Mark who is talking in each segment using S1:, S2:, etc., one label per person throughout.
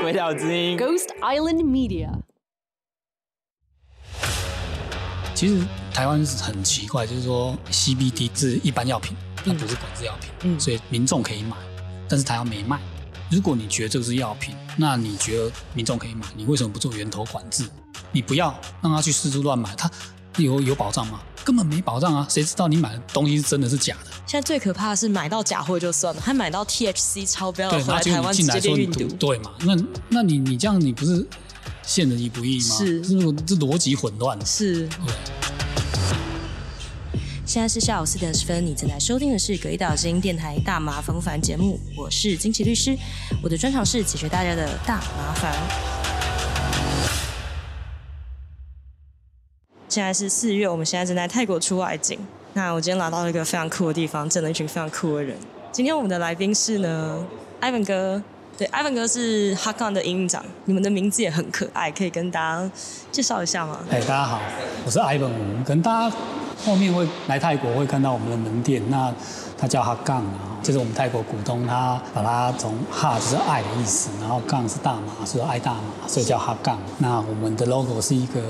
S1: 鬼岛之音。
S2: Ghost Island Media。
S3: 其实台湾是很奇怪，就是说 CBD 是一般药品，它不是管制药品，
S2: 嗯
S3: 所以民众可以买，但是台湾没卖。如果你觉得这个是药品，那你觉得民众可以买，你为什么不做源头管制？你不要让他去四处乱买，他有有保障吗？根本没保障啊！谁知道你买的东西是真的是假的？
S4: 现在最可怕的是买到假货就算了，还买到 THC 超标，
S3: 对，
S4: 回
S3: 然
S4: 哦来
S3: 后就
S4: 台
S3: 你
S4: 湾
S3: 进
S4: 直
S3: 来
S4: 接
S3: 说你
S4: 运
S3: 毒
S4: 毒。
S3: 对嘛？那那你你这样你不是陷人于不义吗？
S4: 是
S3: 这这逻辑混乱。
S4: 是，现在是下午四点十分，你正在收听的是《鬼岛之音电台大麻烦不烦》节目，我是金奇律师，我的专长是解决大家的大麻烦。现在是四月，我们现在正在泰国出外景。那我今天来到了一个非常酷的地方，见了一群非常酷的人。今天我们的来宾是呢，艾文哥。对，艾文哥是 h a k o n 的营运长，你们的名字也很可爱，可以跟大家介绍一下吗？
S3: 哎，大家好，我是 Ivan 我可能大家后面会来泰国会看到我们的门店，那它叫哈杠啊，就是我们泰国股东他把它从哈就是爱的意思，然后杠是大麻，所以爱大麻，所以叫哈杠。那我们的 logo 是一个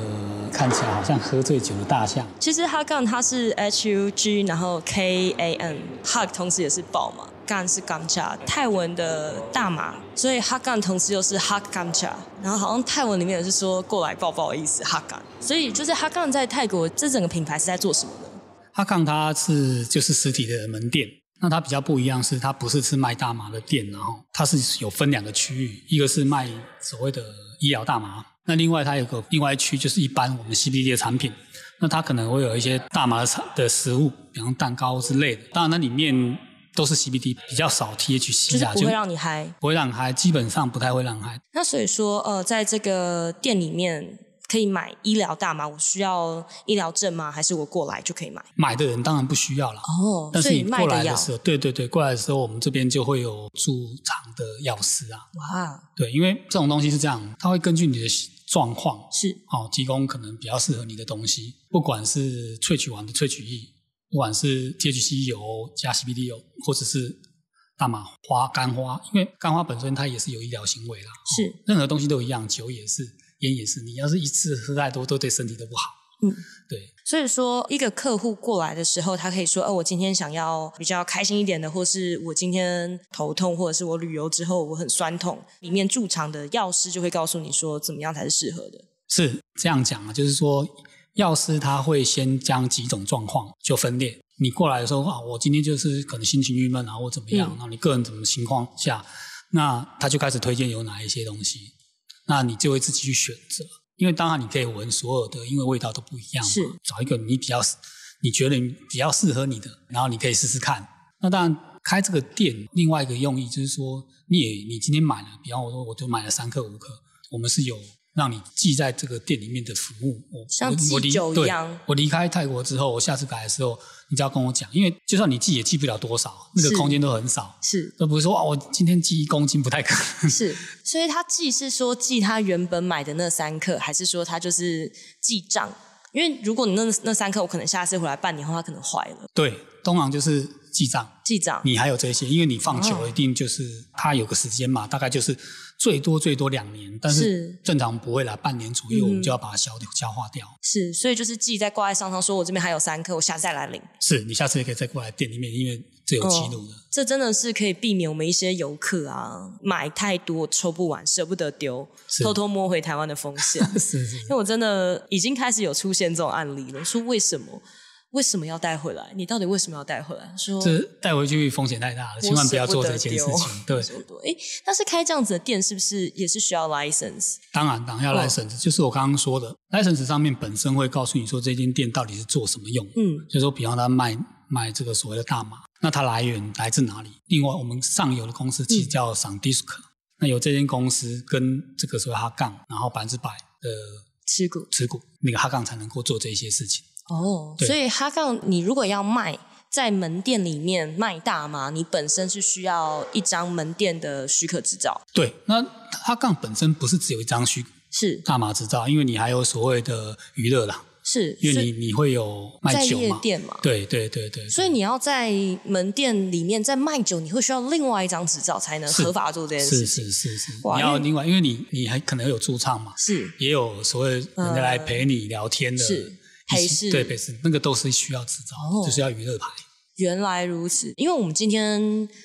S3: 看起来好像喝醉酒的大象，
S4: 其实 Hagan 它是 H U G，然后 K A N，Hug 同时也是爆嘛，Gan 是钢架，泰文的大麻，所以 Hagan 同时又是 Hug 钢架，然后好像泰文里面也是说过来抱抱的意思，Hagan。所以就是 Hagan 在泰国这整个品牌是在做什么呢？
S3: 哈康它是就是实体的门店，那它比较不一样是它不是是卖大麻的店，然后它是有分两个区域，一个是卖所谓的医疗大麻，那另外它有个另外一区就是一般我们 CBD 的产品，那它可能会有一些大麻的产的食物，比方蛋糕之类的，当然那里面都是 CBD，比较少 THC
S4: 就是
S3: 啊，
S4: 不会让你嗨。
S3: 不会让嗨，基本上不太会让嗨。
S4: 那所以说，呃，在这个店里面可以买医疗大麻，我需要医疗证吗？还是我过来就可以买？
S3: 买的人当然不需要了，
S4: 哦，
S3: 但
S4: 所
S3: 是
S4: 以
S3: 你
S4: 卖
S3: 过来
S4: 要
S3: 的时候，对对对，过来的时候我们这边就会有驻场的药师啊，
S4: 哇，
S3: 对，因为这种东西是这样，它会根据你的状况，
S4: 是
S3: 哦，提供可能比较适合你的东西，不管是萃取完的萃取液，不管是 THC 油加 CBD 油，或者是大麻花、干花，因为干花本身它也是有医疗行为啦，哦
S4: 是
S3: 任何东西都一样，酒也是，烟也是，你要是一次喝太多，都对身体都不好。
S4: 嗯，
S3: 对，
S4: 所以说，一个客户过来的时候，他可以说：“哦，我今天想要比较开心一点的，或是我今天头痛，或者是我旅游之后我很酸痛。”里面驻场的药师就会告诉你说，怎么样才是适合的。
S3: 是这样讲啊，就是说，药师他会先将几种状况就分裂。你过来的时候啊，我今天就是可能心情郁闷啊，或怎么样，
S4: 嗯
S3: 然后你个人怎么情况下，那他就开始推荐有哪一些东西，那你就会自己去选择。因为当然你可以闻所有的，因为味道都不一样嘛，
S4: 是
S3: 找一个你比较你觉得你比较适合你的，然后你可以试试看。那当然，开这个店另外一个用意就是说，你也你今天买了，比方我说我就买了三克五克，我们是有让你记在这个店里面的服务，我
S4: 像
S3: 我
S4: 记
S3: 我离
S4: 酒一
S3: 对
S4: 样
S3: 我离开泰国之后，我下次来的时候，你只要跟我讲，因为就算你记也记不了多少，那
S4: 是
S3: 个空间都很少，
S4: 是
S3: 都不是说啊，我今天记一公斤不太可能。
S4: 是，所以他记是说记他原本买的那三克，还是说他就是记账？因为如果你那那三克，我可能下次回来半年后，它可能坏了。
S3: 对，通常就是记账。
S4: 记账
S3: 你还有这些，因为你放久
S4: 哦
S3: 了，一定就是它有个时间嘛，大概就是最多最多两年，但是
S4: 是
S3: 正常不会啦，半年左
S4: 嗯
S3: 右
S4: 哼
S3: 我们就要把它消掉、消化掉。
S4: 是，所以就是记在挂在上上，说我这边还有三克，我下次再来领。
S3: 是你下次也可以再过来店里面，因为这有记录的。
S4: 这真的是可以避免我们一些游客啊买太多抽不完舍不得丢，
S3: 是
S4: 偷偷摸回台湾的 风险。
S3: 是是，
S4: 因为我真的已经开始有出现这种案例了，说为什么为什么要带回来？你到底为什么要带回来？说
S3: 这带回去风险太大了，千万不要做这件事
S4: 我舍
S3: 情。对，
S4: 说对，哎，但是开这样子的店是不是也是需要 license？
S3: 当然，当然要
S4: 哦
S3: license，、就是我刚刚说的，license 上面本身会告诉你说这间店到底是做什么用的。
S4: 嗯，
S3: 就是说，比方他卖卖这个所谓的大麻，那它来源来自哪里？另外，我们上游的公司其实叫 Sandisk，、那由这间公司跟这个所谓哈杠，然后百分之百的
S4: 持股
S3: 持股，那个哈杠才能够做这些事情。
S4: 哦，
S3: 对
S4: 所以哈杠你如果要卖。在门店里面卖大麻，你本身是需要一张门店的许可执照，
S3: 对，那哈杠本身不是只有一张虚
S4: 是
S3: 大麻执照，因为你还有所谓的娱乐啦，
S4: 是，
S3: 因
S4: 所
S3: 为
S4: 以
S3: 你你会有卖
S4: 在
S3: 酒
S4: 夜
S3: 嘛，
S4: 店嘛，
S3: 对对对对，
S4: 所以你要在门店里面在卖酒，你会需要另外一张执照才能
S3: 是
S4: 合法做这件
S3: 是
S4: 事情。
S3: 是是是，
S4: 哇
S3: 你要
S4: 因为
S3: 另外，因为你你还可能有驻唱嘛，
S4: 是
S3: 也有所谓人家来陪你聊天的，
S4: 嗯是
S3: 一
S4: 陪
S3: 起
S4: 侍
S3: 对陪侍，那个都是需要执照，
S4: 哦
S3: 就是要娱乐牌。
S4: 原来如此，因为我们今天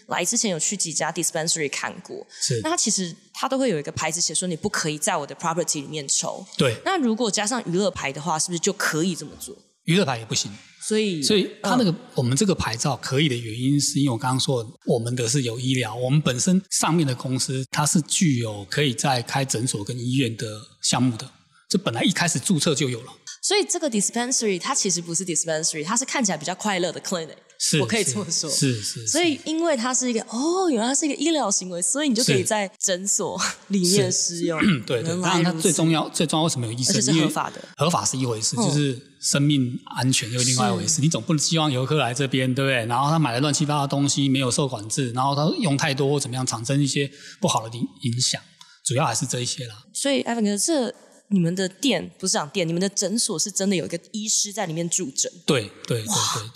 S4: 来之前有去几家 dispensary 看过，
S3: 是
S4: 那它其实它都会有一个牌子写说你不可以在我的 property 里面抽。
S3: 对，
S4: 那如果加上娱乐牌的话，是不是就可以这么做？
S3: 娱乐牌也不行，
S4: 所以，
S3: 所以它那
S4: 嗯
S3: 个、我们这个牌照可以的原因，是因为我刚刚说我们的是有医疗，我们本身上面的公司它是具有可以在开诊所跟医院的项目的，这本来一开始注册就有了，
S4: 所以这个 dispensary 它其实不是 dispensary，它是看起来比较快乐的 clinic。
S3: 是
S4: 我可以
S3: 是
S4: 这么说
S3: 是是，
S4: 所以，因为它是一个哦，原来是一个医疗行为，所以你就可以
S3: 是
S4: 在诊所里
S3: 是。
S4: 面使用
S3: 对对，当
S4: 原来
S3: 然它
S4: 如
S3: 最
S4: 此
S3: 重要最重要为什么有医生
S4: 而且？是
S3: 因为
S4: 合法的，
S3: 合法是一回事，
S4: 嗯
S3: 就是生命安全又另外一回事。你总不能希望游客来这边，对不对？然后他买了乱七八糟的东西，没有受管制，然后他用太多或怎么样，产生一些不好的影影响，主要还是这一些啦。
S4: 所以，艾文哥，这你们的店不是讲店，你们的诊所是真的有一个医师在里面驻诊。
S3: 对对对对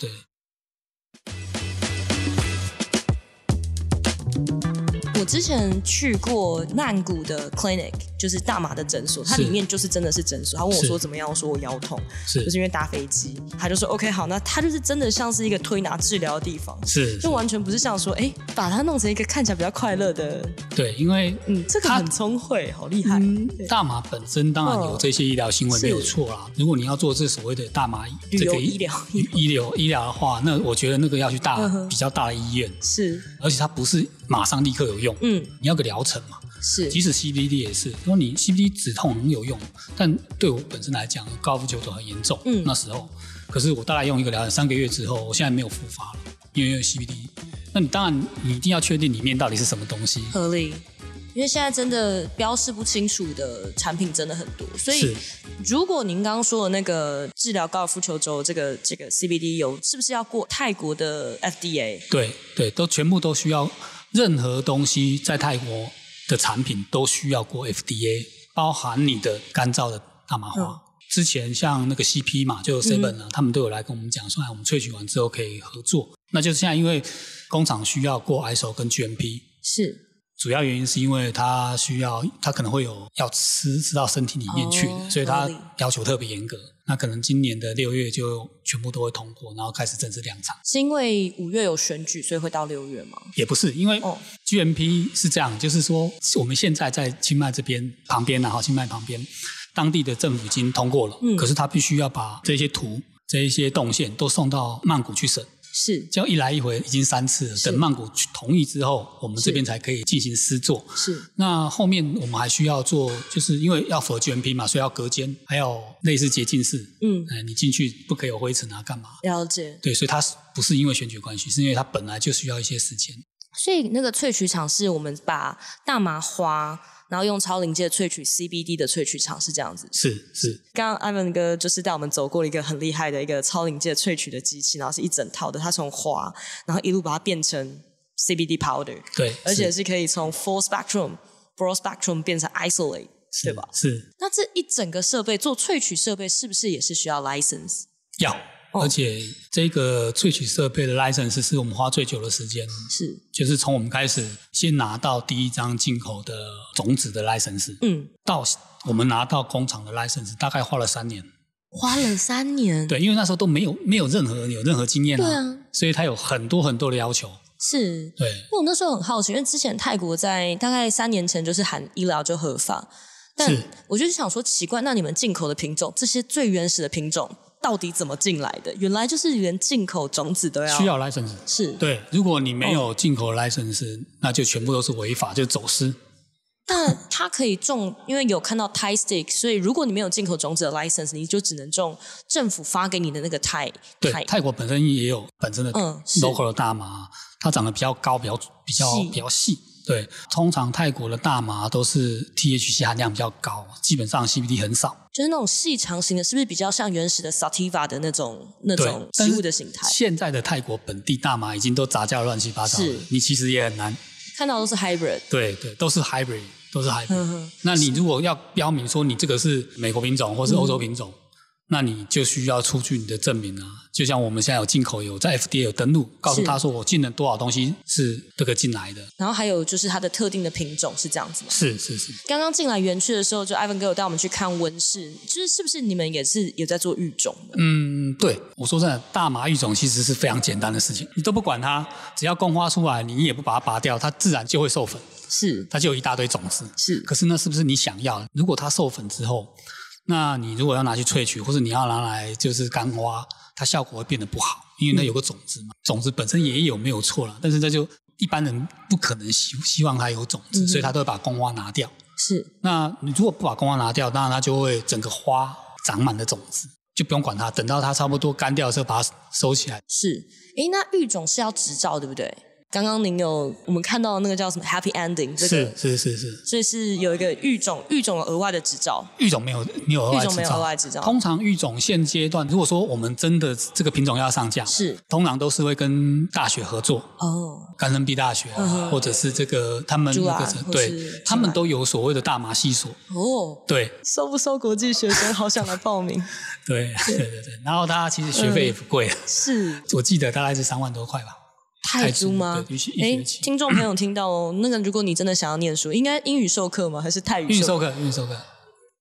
S3: 对，
S4: 我之前去过曼谷的 clinic，就是大马的诊所，它
S3: 是
S4: 里面就是真的是诊所。他问我
S3: 是
S4: 说怎么样，我说我腰痛，
S3: 是
S4: 就是因为搭飞机。他就说 OK 好，那他就是真的像是一个推拿治疗的地方，
S3: 是，
S4: 就完全不是像说哎、把它弄成一个看起来比较快乐的，
S3: 对，因为
S4: 嗯，这个
S3: 它
S4: 很聪慧，好厉害。嗯对
S3: 大麻本身当然有这些医疗行为
S4: 嗯
S3: 没有错啦。如果你要做这所谓的大麻
S4: 旅
S3: 这
S4: 游
S3: 个
S4: 医疗
S3: 医医疗医疗的话，那我觉得那个要去大
S4: 嗯哼
S3: 比较大的医院，
S4: 是，
S3: 而且它不是马上立刻有用，
S4: 嗯，
S3: 你要个疗程嘛。
S4: 是
S3: 即使 CBD 也是，说你 CBD 止痛很有用，但对我本身来讲，高尔夫球肘很严重，
S4: 嗯
S3: 那时候，可是我大概用一个疗程三个月之后，我现在没有复发了，因为有 CBD。那你当然你一定要确定里面到底是什么东西，
S4: 合理。因为现在真的标示不清楚的产品真的很多，所以
S3: 是
S4: 如果您刚刚说的那个治疗高尔夫球肘这个这个 CBD 油，是不是要过泰国的 FDA？
S3: 对对，都全部都需要，任何东西在泰国的产品都需要过 FDA，包含你的干燥的大麻花。
S4: 嗯
S3: 之前像那个 CP 嘛，就
S4: 嗯
S3: Seven 啊，他们都有来跟我们讲说，哎，我们萃取完之后可以合作。那就是现在因为工厂需要过 ISO 跟 GMP，
S4: 是
S3: 主要原因是因为它需要，它可能会有要吃吃到身体里面去的，
S4: 哦
S3: 所以
S4: 合
S3: 它
S4: 理
S3: 要求特别严格。那可能今年的六月就全部都会通过，然后开始正式量产。
S4: 是因为五月有选举，所以会到六月吗？
S3: 也不是，因为
S4: 哦
S3: GMP 是这样，就是说我们现在在清迈这边旁边啊，然后清迈旁边，当地的政府已经通过了，
S4: 嗯
S3: 可是他必须要把这些图、这一些动线都送到曼谷去审，
S4: 是
S3: 这样一来一回已经三次了，
S4: 是
S3: 等曼谷同意之后，我们
S4: 是
S3: 这边才可以进行施作。
S4: 是
S3: 那后面我们还需要做，就是因为要符合 GMP 嘛，所以要隔间，还有类似洁净室，
S4: 嗯
S3: 哎，你进去不可以有灰尘啊，干嘛？
S4: 了解，
S3: 对，所以它是不是因为选举关系，是因为它本来就需要一些时间。
S4: 所以那个萃取厂是我们把大麻花，然后用超临界萃取 CBD 的萃取厂是这样子，
S3: 是是，
S4: 刚刚艾文哥就是带我们走过了一个很厉害的一个超临界萃取的机器，然后是一整套的，它从花，然后一路把它变成 CBD powder，
S3: 对，
S4: 而且是可以从 full spectrum、broad spectrum 变成 isolate，对吧？？
S3: 是
S4: 那这一整个设备做萃取设备是不是也是需要 license？
S3: 要，
S4: 哦
S3: 而且这个萃取设备的 license 是我们花最久的时间，
S4: 是，
S3: 就是从我们开始先拿到第一张进口的种子的 license，、
S4: 嗯，
S3: 到我们拿到工厂的 license，大概花了三年。
S4: 花了三年，，
S3: 对，因为那时候都没有没有任何有任何经验
S4: 对啊
S3: 所以它有很多很多的要求。
S4: 是。
S3: 对，
S4: 因为我那时候很好奇，因为之前泰国在大概三年前就是含医疗就合法，但
S3: 是
S4: 我就是想说奇怪，那你们进口的品种，这些最原始的品种到底怎么进来的？原来就是连进口种子都要
S3: 需要 license。
S4: 是
S3: 对，如果你没有进口 license，、那就全部都是违法，就走私。
S4: 但它可以种，因为有看到 Thai stick，所以如果你没有进口种子的 license，你就只能种政府发给你的那个 Thai
S3: 对，
S4: Thai
S3: 泰国本身也有本身的
S4: 嗯是
S3: local 的大麻，它长得比较高，比较比较
S4: 细
S3: 比较细。对，通常泰国的大麻都是 THC 含量比较高，基本上 CBD 很少。
S4: 就是那种细长型的，是不是比较像原始的 sativa 的那种那
S3: 对
S4: 种，
S3: 但
S4: 植
S3: 是
S4: 物的形态？
S3: 现在的泰国本地大麻已经都杂交乱七八糟
S4: 是
S3: 了，你其实也很难。
S4: 看到都是 hybrid，
S3: 对对，都是 hybrid，都是 hybrid。
S4: 嗯哼
S3: 那你如果要标明说你这个是美国品种或是欧洲品种，那你就需要出具你的证明啊。就像我们现在有进口有在 FDA 有登录，告诉
S4: 是
S3: 他说我进了多少东西是这个进来的。
S4: 然后还有就是它的特定的品种是这样子吗？
S3: 是是是，
S4: 刚刚进来园区的时候，就艾文哥有带我们去看温室，就是是不是你们也是有在做育种的？
S3: 嗯，对，我说真的，大麻育种其实是非常简单的事情，你都不管它，只要供花出来，你也不把它拔掉，它自然就会授粉，
S4: 是
S3: 它就有一大堆种子。
S4: 是
S3: 可是那是不是你想要的？如果它授粉之后，那你如果要拿去萃取，或者你要拿来就是干花，它效果会变得不好，因为那有个种子
S4: 嗯
S3: 嘛，种子本身也有没有错啦，但是这就一般人不可能希希望它有种
S4: 嗯
S3: 子，所以他都会把公花拿掉。
S4: 是
S3: 那你如果不把公花拿掉，当然它就会整个花长满了种子，就不用管它，等到它差不多干掉的时候把它收起来。
S4: 是，诶，那育种是要执照对不对？刚刚您有我们看到那个叫什么 Happy Ending 这个，
S3: 是是是是，
S4: 所以是有一个育种育种有额外的执照，
S3: 育种没有没有额
S4: 育
S3: 外
S4: 种没有
S3: 制造
S4: 额外执照
S3: 通常育种现阶段，如果说我们真的这个品种要上架，
S4: 是
S3: 通常都是会跟大学合作，
S4: 哦，
S3: 甘仁比大学
S4: 嗯
S3: 啊，
S4: 哼
S3: 或者是这个他们
S4: 朱
S3: 那
S4: 啊
S3: 个
S4: 或是
S3: 对，他们
S4: 青
S3: 都有所谓的大麻系所，
S4: 哦，
S3: 对
S4: 收不收国际学生？好想来报名。
S3: 对对对对。然后它其实学费也不贵， 啊
S4: 嗯是
S3: 我记得大概是三万多块吧。
S4: 泰铢吗
S3: 对一学？一
S4: 诶，
S3: 学期
S4: 听众朋友听 到哦，那个如果你真的想要念书，应该英语授课吗？还是泰语
S3: 运
S4: 授课？
S3: 授课，运授课，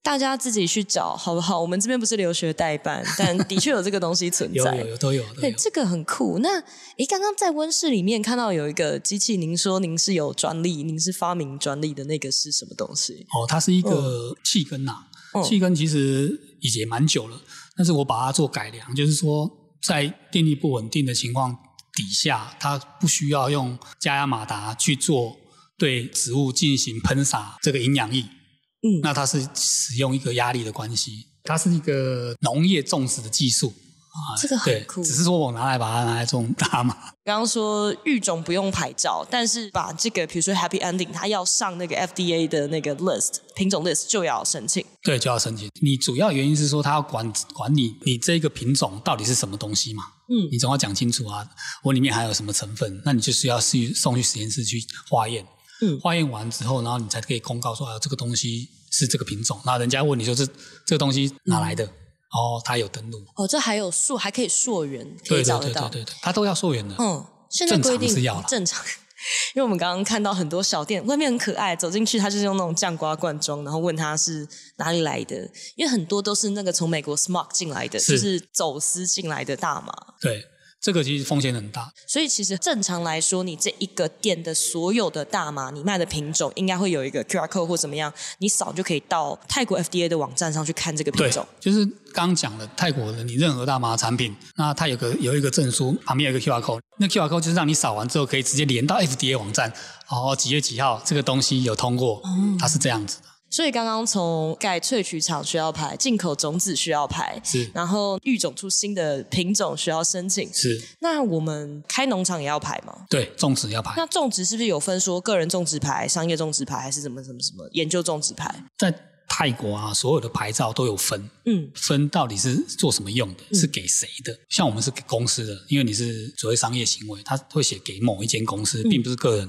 S4: 大家自己去找好不好？我们这边不是留学代办，但的确有这个东西存
S3: 有
S4: 在。
S3: 有有都有都
S4: 对，
S3: 有。
S4: 这个很酷。那诶，刚刚在温室里面看到有一个机器，您说您是有专利，您是发明专利的那个是什么东西？
S3: 哦，它是一个气根呐、
S4: 嗯
S3: 气根其实已经蛮久了，但是我把它做改良，就是说在电力不稳定的情况底下，它不需要用加压马达去做对植物进行喷洒这个营养液，
S4: 嗯
S3: 那它是使用一个压力的关系，它是一个农业种植的技术。啊
S4: 这个很
S3: 对
S4: 酷
S3: 只是说我拿来把它拿来种大麻，
S4: 刚刚说育种不用牌照，但是把这个比如说 Happy Ending，它要上那个 FDA 的那个 list 品种 list 就要申请。
S3: 对，就要申请。你主要原因是说，他要管管你你这个品种到底是什么东西嘛？
S4: 嗯
S3: 你总要讲清楚啊，我里面含有什么成分，那你就是要去送去实验室去化验。
S4: 嗯
S3: 化验完之后，然后你才可以公告说，啊，这个东西是这个品种。那人家问你说这这个东西哪来的？
S4: 嗯
S3: 哦，它有登录，
S4: 哦，这还有溯，还可以溯源，可
S3: 对
S4: 以
S3: 对
S4: 找得
S3: 对
S4: 到。
S3: 对对对，它都要溯源的。
S4: 嗯，现在
S3: 正
S4: 规
S3: 常
S4: 定
S3: 是要啦
S4: 正常 因为我们刚刚看到很多小店外面很可爱，走进去他就是用那种酱瓜罐装，然后问他是哪里来的，因为很多都是那个从美国 smog 进来的，
S3: 是
S4: 就是走私进来的大麻。
S3: 对，这个其实风险很大。
S4: 所以其实正常来说，你这一个店的所有的大麻，你卖的品种应该会有一个 QR code 或怎么样，你扫就可以到泰国 FDA 的网站上去看这个品
S3: 对
S4: 种。，
S3: 就是刚刚讲的泰国的，你任何大麻产品，那它有个有一个证书，旁边有一个 QR code，那 QR code 就是让你扫完之后可以直接连到 FDA 网站，哦，几月几号这个东西有通过，
S4: 哦
S3: 它是这样子的，
S4: 所以刚刚从改萃取厂需要牌，进口种子需要牌，
S3: 是
S4: 然后育种出新的品种需要申请。
S3: 是，
S4: 那我们开农场也要牌吗？
S3: 对，种植要排
S4: 那，种植是不是有分说个人种植牌、商业种植牌，还是怎么怎么什么研究种植牌？
S3: 在泰国啊，所有的牌照都有分，
S4: 嗯，
S3: 分到底是做什么用的，是给谁的？像我们是给公司的，因为你是所谓商业行为，它会写给某一间公司，并不是个人。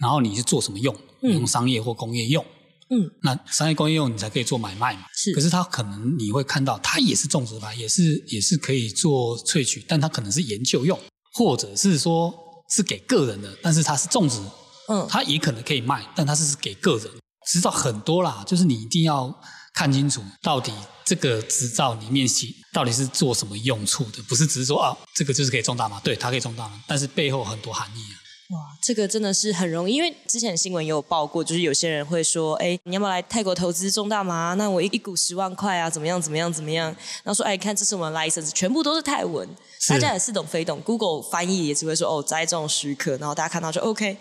S3: 然后你是做什么用？
S4: 嗯
S3: 你用商业或工业用？
S4: 嗯，
S3: 那商业工业用你才可以做买卖嘛。
S4: 是
S3: 可是它可能你会看到，它也是种植牌，也是也是可以做萃取，但它可能是研究用，或者是说是给个人的，但是它是种植，
S4: 嗯
S3: 它也可能可以卖，但它是给个人。执照很多啦，就是你一定要看清楚，到底这个执照里面写到底是做什么用处的，不是只是说啊，这个就是可以种大麻，对，它可以种大麻，但是背后很多含义啊。
S4: 哇，这个真的是很容易，因为之前新闻也有报过，就是有些人会说，哎，你要不要来泰国投资种大麻？那我一一股十万块啊，怎么样怎么样怎么样？然后说，哎，看这是我们的 license，全部都是泰文，
S3: 是
S4: 大家也似懂非懂，Google 翻译也只会说哦栽种许可，然后大家看到就 OK。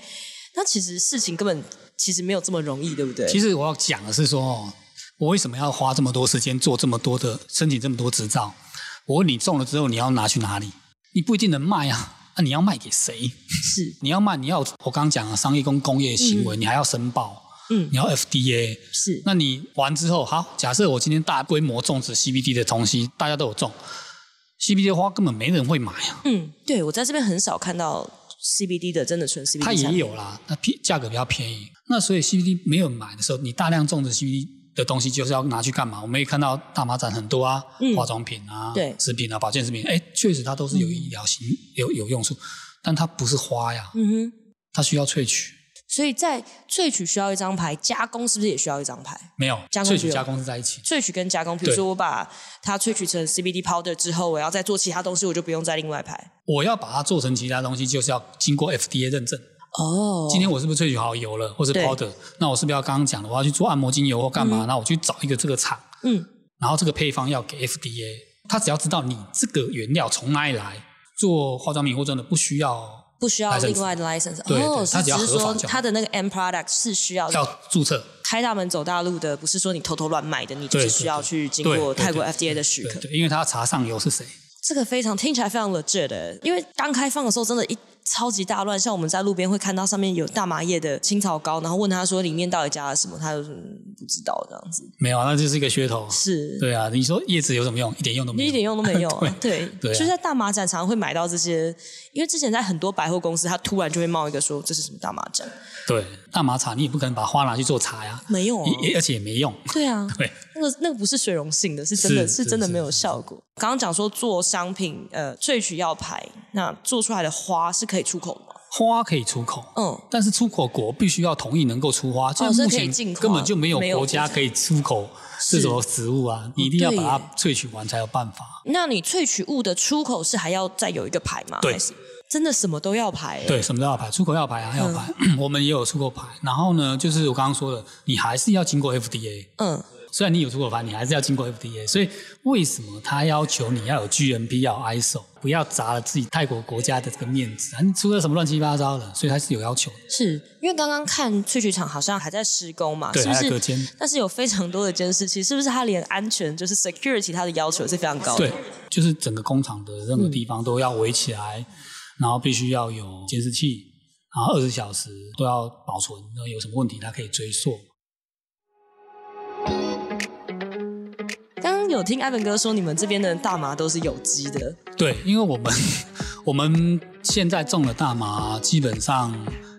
S4: 那其实事情根本其实没有这么容易，对不对？
S3: 其实我要讲的是说，哦我为什么要花这么多时间做这么多的申请这么多执照？我问你中了之后你要拿去哪里？你不一定能卖啊，那、你要卖给谁？
S4: 是，
S3: 你要卖，你要有我刚刚讲的商业工工业行为，你还要申报，
S4: 嗯
S3: 你要 FDA。
S4: 是
S3: 那你完之后，好，假设我今天大规模种植 CBD 的东西，大家都有种，CBD 的花根本没人会买啊。
S4: 嗯，对我在这边很少看到 CBD 的，真的纯 CBD
S3: 它也
S4: 产品
S3: 有啦，那便价格比较便宜。那所以 CBD 没有买的时候，你大量种植 CBD，的东西就是要拿去干嘛？我们也看到大麻展很多啊，
S4: 嗯
S3: 化妆品啊、
S4: 对嗯
S3: 食品啊、保健食品，哎，确实它都是有医疗型、有有用处，但它不是花呀，
S4: 嗯哼。
S3: 它需要萃取，
S4: 所以在萃取需要一张牌，加工是不是也需要一张牌？
S3: 没有
S4: 加工
S3: 萃
S4: 具哦
S3: 取
S4: 有
S3: 加工是在一起的。
S4: 萃取跟加工，比如
S3: 对
S4: 说我把它萃取成 CBD powder 之后，我要再做其他东西，我就不用再另外排。
S3: 我要把它做成其他东西，就是要经过 FDA 认证。
S4: 哦
S3: 今天我是不是萃取好油了，或是
S4: 对
S3: powder？那我是不是要刚刚讲的，我要去做按摩精油或干嘛？那、我去找一个这个厂，
S4: 嗯，
S3: 然后这个配方要给 FDA，他只要知道你这个原料从哪里来，做化妆品或真的不需要
S4: 不需要
S3: license
S4: 另外的 license。
S3: 对对
S4: 哦，
S3: 它
S4: 是
S3: 只要
S4: 只是
S3: 合法
S4: 说
S3: 就好
S4: 它的那个 end product 是需要
S3: 要注册，
S4: 开大门走大路的，不是说你偷偷乱买的，你就
S3: 对
S4: 是
S3: 对
S4: 需要去经
S3: 对
S4: 过
S3: 对
S4: 泰国
S3: 对
S4: FDA 的许
S3: 对
S4: 可。
S3: 对，因为他要查上游是谁。
S4: 这个非常听起来非常 legit 的，因为刚开放的时候真的一超级大乱，像我们在路边会看到上面有大麻叶的青草膏，然后问他说里面到底加了什么，他就说嗯不知道这样子。
S3: 没有啊，那就是一个噱头。
S4: 是，
S3: 对啊，你说叶子有什么用？一点用都没有。
S4: 一点用都没有、 啊。对，
S3: 对啊
S4: 就在大麻展常常会买到这些，因为之前在很多百货公司，它突然就会冒一个说这是什么大麻展，
S3: 对，大麻茶你也不可能把花拿去做茶呀，
S4: 没有啊。
S3: 也也而且也没用。
S4: 对啊，
S3: 对，
S4: 那个那个不是水溶性的，是真的
S3: 是
S4: 是
S3: 是
S4: 真的没有
S3: 是
S4: 效果。刚刚讲说做商品，呃，萃取药牌，那做出来的花是可以出口的吗？
S3: 花可以出口，
S4: 嗯，
S3: 但是出口国必须要同意能够出花，就
S4: 哦所
S3: 是
S4: 以
S3: 目
S4: 可以
S3: 前
S4: 进口啊
S3: 根本就没有
S4: 没有
S3: 国家
S4: 国家
S3: 可以出口这种植物啊，你一定要把它萃取完才有办法。
S4: 那你萃取物的出口是还要再有一个牌吗？
S3: 对
S4: 还是真的什么都要牌、欸？
S3: 对，什么都要排，出口要排啊，要排。
S4: 嗯
S3: 我们也有出口牌，然后呢，就是我刚刚说的，你还是要经过 FDA。
S4: 嗯，
S3: 虽然你有出口牌，你还是要经过 FDA。所以为什么他要求你要有 GMP，要有 ISO，不要砸了自己泰国国家的这个面子啊？你出了什么乱七八糟的？所以他是有要求的。
S4: 是因为刚刚看萃取厂好像还在施工嘛，
S3: 对
S4: 啊是不
S3: 还在隔
S4: 是
S3: 间？
S4: 但是有非常多的监视器，是不是它连安全就是 security 它的要求是非常高的？
S3: 对，就是整个工厂的任何地方都要围起来，然后必须要有监视器，然后二十小时都要保存，那有什么问题它可以追溯。
S4: 刚刚有听艾文哥说，你们这边的大麻都是有机的，
S3: 对，因为我们我们现在种的大麻，基本上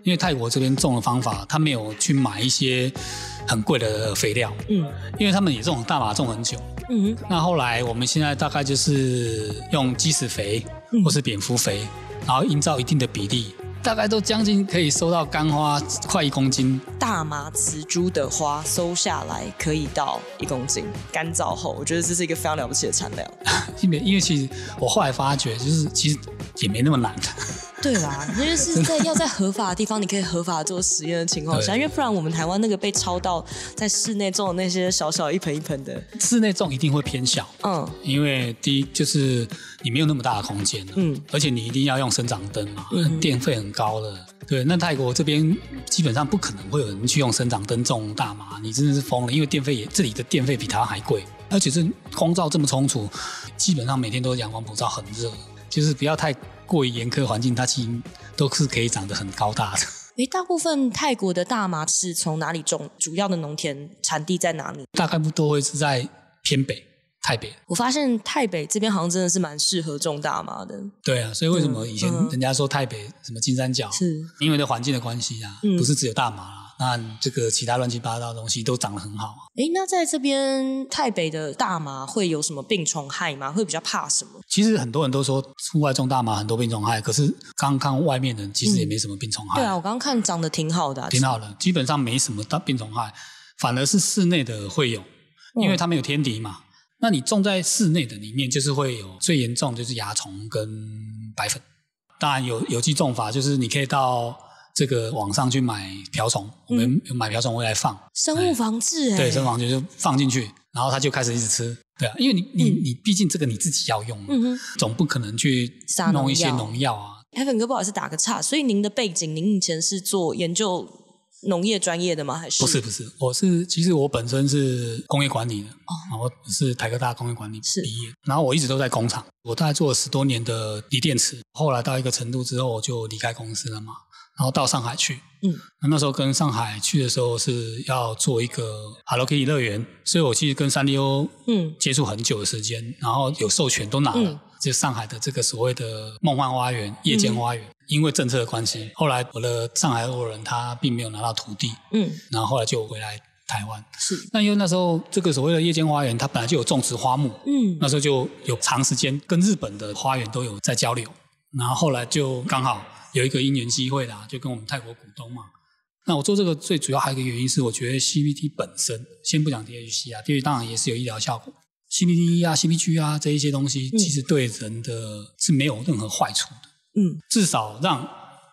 S3: 因为泰国这边种的方法，他没有去买一些很贵的肥料，
S4: 嗯
S3: 因为他们也种大麻种很久。
S4: 嗯
S3: 那后来我们现在大概就是用鸡屎肥
S4: 嗯
S3: 或是蝙蝠肥，然后营造一定的比例，大概都将近可以收到干花快一公斤。
S4: 哼，大麻雌株的花收下来可以到一公斤，干燥后，我觉得这是一个非常了不起的产量。
S3: 因为因为其实我后来发觉，就是其实也没那么难。
S4: 对 啦，因为是在要在合法的地方，你可以合法做实验的情况下，
S3: 对
S4: 因为不然我们台湾那个被抄到在室内种的那些小小一盆一盆的，
S3: 室内种一定会偏小，
S4: 嗯，
S3: 因为第一就是你没有那么大的空间、
S4: 嗯
S3: 嗯，而且你一定要用生长灯嘛，电费很高的。对，那泰国这边基本上不可能会有人去用生长灯种大麻，你真的是疯了，因为电费也这里的电费比台湾还贵，而且是光照这么充足，基本上每天都是阳光普照，很热，就是不要太过于严苛环境，它其实都是可以长得很高大的。
S4: 诶，大部分泰国的大麻是从哪里种？主要的农田产地在哪里？
S3: 大概不都会是在偏北台北。
S4: 我发现泰北这边好像真的是蛮适合种大麻的，
S3: 对啊，所以为什么以前
S4: 嗯
S3: 人家说台北什么金三角，
S4: 是
S3: 因为这环境的关系啊
S4: 嗯，
S3: 不是只有大麻啦，那这个其他乱七八糟的东西都长得很好啊。
S4: 诶，那在这边泰北的大麻会有什么病虫害吗？会比较怕什么？
S3: 其实很多人都说户外种大麻很多病虫害，可是刚刚看外面的人其实也没什么病虫害，
S4: 对啊，我刚刚看长得挺好的、啊，
S3: 挺好的，基本上没什么大病虫害，反而是室内的会有，
S4: 嗯
S3: 因为它没有天敌嘛。那你种在室内的里面，就是会有最严重就是蚜虫跟白粉。当然有有机种法，就是你可以到这个网上去买瓢虫，我
S4: 嗯
S3: 们买瓢虫回来放，
S4: 生物防治、诶，哎
S3: 对，生。房就就放进去，然后它就开始一直吃，对啊，因为你你、你毕竟这个你自己要用嘛，
S4: 嗯嗯哼
S3: 总不可能去
S4: 撒农
S3: 弄一些
S4: 药
S3: 农药啊，
S4: Evan 哥，不好意思打个岔，所以您的背景，您以前是做研究农业专业的吗？还是
S3: 不是？不是，我是其实我本身是工业管理的，然后是台科大工业管理
S4: 哦是
S3: 毕业，然后我一直都在工厂，我大概做了十多年的锂电池，后来到一个程度之后我就离开公司了嘛，然后到上海去，
S4: 嗯，
S3: 那那时候跟上海去的时候是要做一个 Hello Kitty 乐园，所以我其实跟三丽鸥
S4: 嗯
S3: 接触很久的时间，然后有授权都拿了，
S4: 嗯
S3: 就上海的这个所谓的梦幻花园、夜间花园，因为政策的关系，后来我的上海欧人他并没有拿到土地。
S4: 嗯，
S3: 然后后来就回来台湾。
S4: 是，
S3: 那因为那时候这个所谓的夜间花园，它本来就有种植花木，
S4: 嗯
S3: 那时候就有长时间跟日本的花园都有在交流，然后后来就刚好有一个因缘机会啦，就跟我们泰国股东嘛。那我做这个最主要还有一个原因是，我觉得 CBT 本身，先不讲 DHC 啊，DHC 当然也是有医疗效果，CBD 啊、CBG 啊这一些东西，
S4: 嗯
S3: 其实对人的是没有任何坏处的，
S4: 嗯
S3: 至少让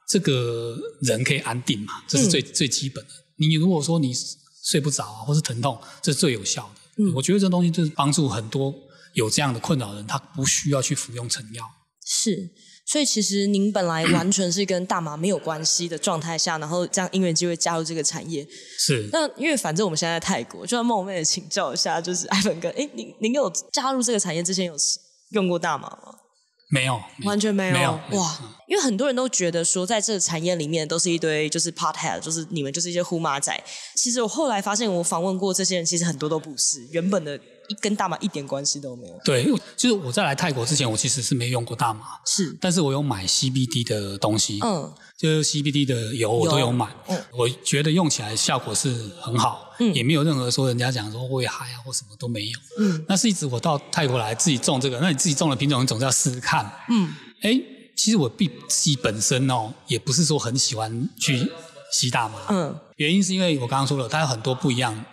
S3: 这个人可以安定嘛，这
S4: 嗯
S3: 是最、最基本的。你如果说你睡不着啊，或是疼痛，这是最有效的。
S4: 嗯
S3: 我觉得这东西就是帮助很多有这样的困扰的人，他不需要去服用成药。
S4: 是。所以其实您本来完全是跟大麻没有关系的状态下，然后这样因缘机会加入这个产业。
S3: 是，
S4: 那因为反正我们现在在泰国，就要冒昧的请教一下，就是艾文哥，哎，您您有加入这个产业之前有用过大麻吗？
S3: 没有，
S4: 完全没有
S3: 嗯没有没有嗯
S4: 哇！因为很多人都觉得说，在这个产业里面都是一堆就是 pothead，就是你们就是一些呼麻仔。其实我后来发现，我访问过这些人，其实很多都不是原本的，一跟大麻一点关系都没有。
S3: 对，就是我在来泰国之前，我其实是没用过大麻，
S4: 是，
S3: 但是我有买 CBD 的东西，
S4: 嗯，
S3: 就是 CBD 的油我
S4: 油
S3: 都有买，
S4: 嗯
S3: 我觉得用起来效果是很好，
S4: 嗯
S3: 也没有任何说人家讲说会嗨啊或什么都没有。
S4: 嗯
S3: 那是一直我到泰国来自己种这个，那你自己种的品种，你总是要试试看。
S4: 嗯，
S3: 哎，其实我自己本身哦，也不是说很喜欢去吸大麻，
S4: 嗯
S3: 原因是因为我刚刚说了，它有很多不一样，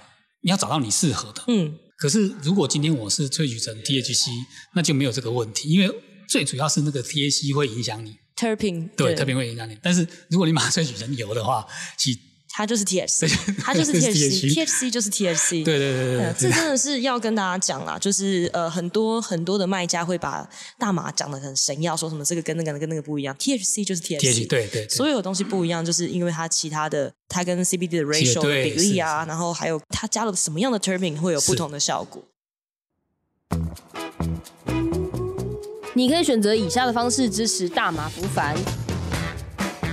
S3: 你要找到你适合的。
S4: 嗯
S3: 可是如果今天我是萃取成 THC，那就没有这个问题，因为最主要是那个 THC 会影响你。
S4: ，terpin，
S3: 对，特别会影响你。但是如果你把它萃取成油的话，其
S4: 它就是 THC，它就
S3: 这
S4: 是
S3: 是
S4: THC，THC 就是 THC。
S3: 对对对
S4: 呃
S3: 对
S4: 这
S3: 对，
S4: 真的是要跟大家讲啦，就是呃，很多很多的卖家会把大麻讲的很神药，说什么这个跟那个跟那个不一样，THC 就是 THC，
S3: 贴起对对对，
S4: 所有东西不一样，就是因为它其他的，它跟 CBD 的
S3: 是
S4: ratio 的
S3: 对
S4: 比例啊，然后还有它加了什么样的 termin 会有不
S3: 是
S4: 同的效果。
S2: 你可以选择以下的方式支持大马福凡：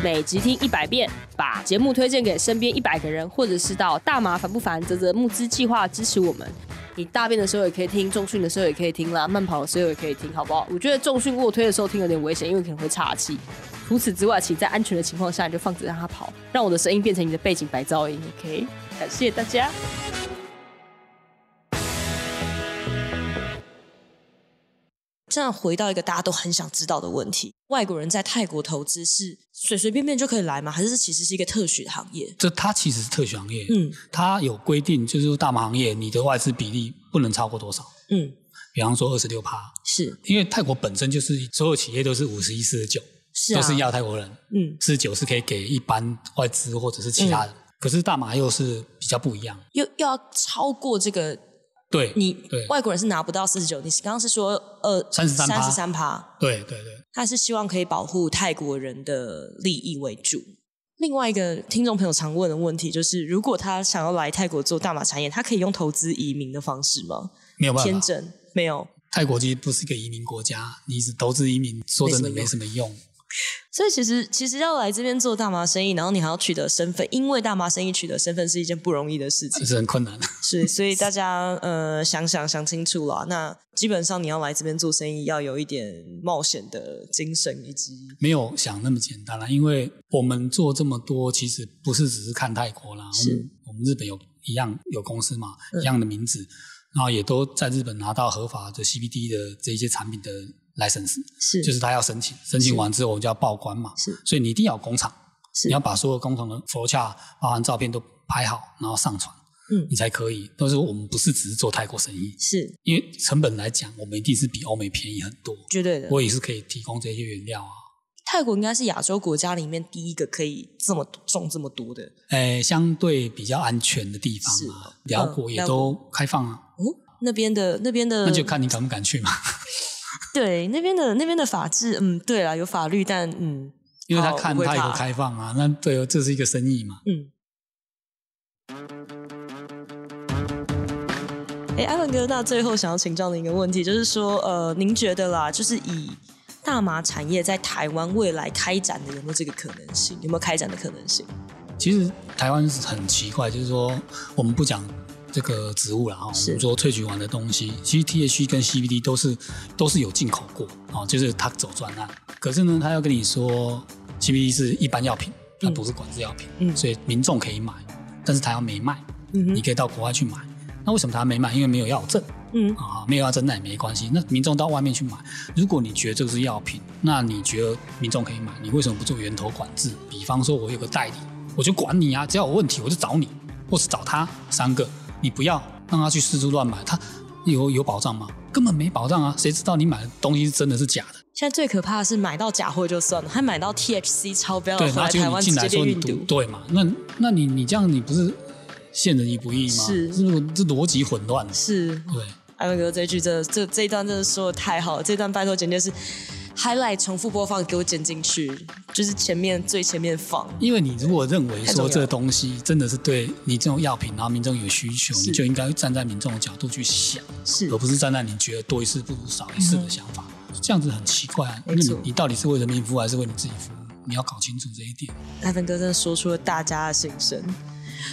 S2: 每集听一百遍，把节目推荐给身边一百个人，或者是到大马烦不烦泽泽募资计划支持我们。你大便的时候也可以听，重训的时候也可以听啦，慢跑的时候也可以听，好不好？我觉得重训卧推的时候听有点危险，因为可能会岔气。除此之外，请在安全的情况下，你就放着让它跑，让我的声音变成你的背景白噪音。OK，感谢大家。
S4: 这样回到一个大家都很想知道的问题：外国人在泰国投资是随随便便就可以来吗？还是其实是一个特许的行业？
S3: 这它其实是特许行业，
S4: 嗯
S3: 它有规定，就是说大麻行业你的外资比例不能超过多少，
S4: 嗯，
S3: 比方说二十六趴，
S4: 是
S3: 因为泰国本身就是所有企业都是五十一四十九，
S4: 是啊，
S3: 都是要泰国人，
S4: 嗯，
S3: 四十九是可以给一般外资或者是其他人，可是大麻又是比较不一样，
S4: 又又要超过这个，
S3: 对，
S4: 你
S3: 对
S4: 外国人是拿不到四十九，你刚刚是说呃
S3: 33%
S4: 三十三趴，
S3: 对对对，
S4: 他是希望可以保护泰国人的利益为主。另外一个听众朋友常问的问题就是，如果他想要来泰国做大马产业，他可以用投资移民的方式吗？
S3: 没有办
S4: 签
S3: 法，
S4: 证没有，
S3: 泰国其实不是一个移民国家，你只投资移民，说真的
S4: 没
S3: 没
S4: 什
S3: 什么用。
S4: 所以其实其实要来这边做大麻生意，然后你还要取得身份，因为大麻生意取得身份是一件不容易的事情
S3: 这。是很困难。
S4: 是，所以大家呃想想想清楚啦。那基本上你要来这边做生意，要有一点冒险的精神，以及
S3: 没有想那么简单啦，因为我们做这么多，其实不是只是看泰国啦，
S4: 是
S3: 我们我们日本有一样有公司嘛，
S4: 嗯
S3: 一样的名字，然后也都在日本拿到合法的 CBD 的这一些产品的 license，
S4: 是
S3: 就是他要申请，申请完之后我们就要报关嘛，
S4: 是
S3: 所以你一定要有工厂，
S4: 是
S3: 你要把所有工厂的 flow chart 包含照片都拍好，然后上传，
S4: 嗯
S3: 你才可以。但是我们不是只是做泰国生意，
S4: 是
S3: 因为成本来讲，我们一定是比欧美便宜很多，
S4: 绝对的。啊
S3: 我也是可以提供这些原料啊。
S4: 泰国应该是亚洲国家里面第一个可以这么种这么多的
S3: 诶，哎相对比较安全的地方啊，
S4: 是
S3: 辽国
S4: 嗯
S3: 也都开放啊，
S4: 哦。那边的那边的，
S3: 那就看你敢不敢去嘛，
S4: 哦对那边的那边的法制，嗯，对啦，有法律，但嗯
S3: 因为他
S4: 好
S3: 看
S4: 我会
S3: 他
S4: 怕
S3: 有开放啊，那对哦，这是一个生意嘛。
S4: 嗯。哎，艾文哥，那最后想要请教您一个问题，就是说，呃，您觉得啦，就是以大麻产业在台湾未来开展的有没有这个可能性？有没有开展的可能性？
S3: 其实台湾是很奇怪，就是说我们不讲这个植物了啊，我
S4: 是
S3: 们说萃取完的东西，其实 THC 跟 CBD 都是都是有进口过啊，就是他走专案，可是呢，他要跟你说 CBD 是一般药品，它
S4: 嗯
S3: 不是管制药品，
S4: 嗯
S3: 所以民众可以买，但是台湾没卖，
S4: 嗯哼
S3: 你可以到国外去买。那为什么他没卖？因为没有药证
S4: 嗯
S3: 啊，没有药证那也没关系。那民众到外面去买，如果你觉得这是药品，那你觉得民众可以买，你为什么不做源头管制？比方说，我有个代理，我就管你啊，只要有问题我就找你，或是找他三个，你不要让他去四处乱买，他有有保障吗？根本没保障啊！谁知道你买的东西是真的是假的？
S4: 现在最可怕的是买到假货就算了，还买到 THC 超标
S3: 对，
S4: 的，
S3: 然后
S4: 回来
S3: 结
S4: 哦台
S3: 果
S4: 湾
S3: 你
S4: 直
S3: 进来
S4: 接
S3: 说
S4: 变
S3: 你
S4: 运
S3: 毒，
S4: 毒。
S3: 对嘛？那那你你这样你不是陷人于不义吗？
S4: 是
S3: 这个这逻辑混乱了。
S4: 是，
S3: 对，
S4: 艾文哥这一句真的，这这一段真的说的太好了，这段拜托简介是 highlight 重复播放，给我剪进去，就是前面最前面放。
S3: 因为你如果认为
S4: 太重要
S3: 说
S4: 了
S3: 这个东西真的是对你这种药品，然后民众有需求，
S4: 是
S3: 你就应该站在民众的角度去想，
S4: 是嗯
S3: 而不是站在你觉得多一事不如少一事的想法。这样子很奇怪啊！
S4: 没
S3: 那你
S4: 错
S3: 你到底是为人民服务还是为你自己服务？你要搞清楚这一点。
S4: 阿文哥真的说出了大家的心声。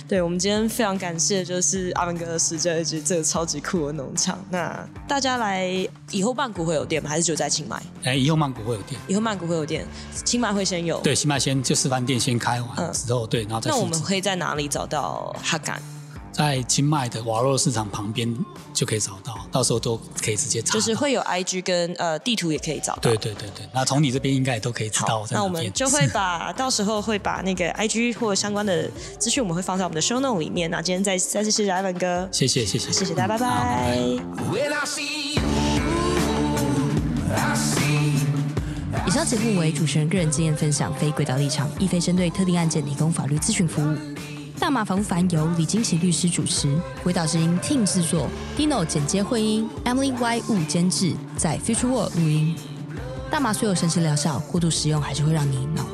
S4: 对我们今天非常感谢，就是阿文哥的时间以及这个超级酷的农场。那大家来以后曼谷会有店吗？还是就在清迈？
S3: 哎，以后曼谷会有店，
S4: 以后曼谷会有店，清迈会先有。，
S3: 对，新麦先就示范店先开完
S4: 嗯
S3: 之后，对，然后再
S4: 那我
S3: 复
S4: 们
S3: 制。
S4: 可以在哪里找到哈干？
S3: 在清迈的瓦洛市场旁边就可以找到，到时候都可以直接查到。
S4: 就是会有 IG 跟呃地图也可以找到。
S3: 对对对对，那从你这边应该也都可以知道
S4: 好，
S3: 在
S4: 那
S3: 哪
S4: 我
S3: 边。
S4: 们就会把到时候会把那个 IG 或相关的资讯，我们会放在我们的 show note 里面。那今天再再次谢谢艾文哥，
S3: 谢谢谢谢
S4: 谢谢大家，
S3: 嗯好
S4: 拜拜
S1: When I see you, I see
S5: 以上节目为主持人个人经验分享，非轨道立场，亦非针对特定案件提供法律咨询服务。大马防烦由李金奇律师主持，鬼岛之音 Team 制作，Dino 剪接混音，Emily Y Wu 监制，在 Future World 录音。大麻虽有神奇疗效，过度使用还是会让你脑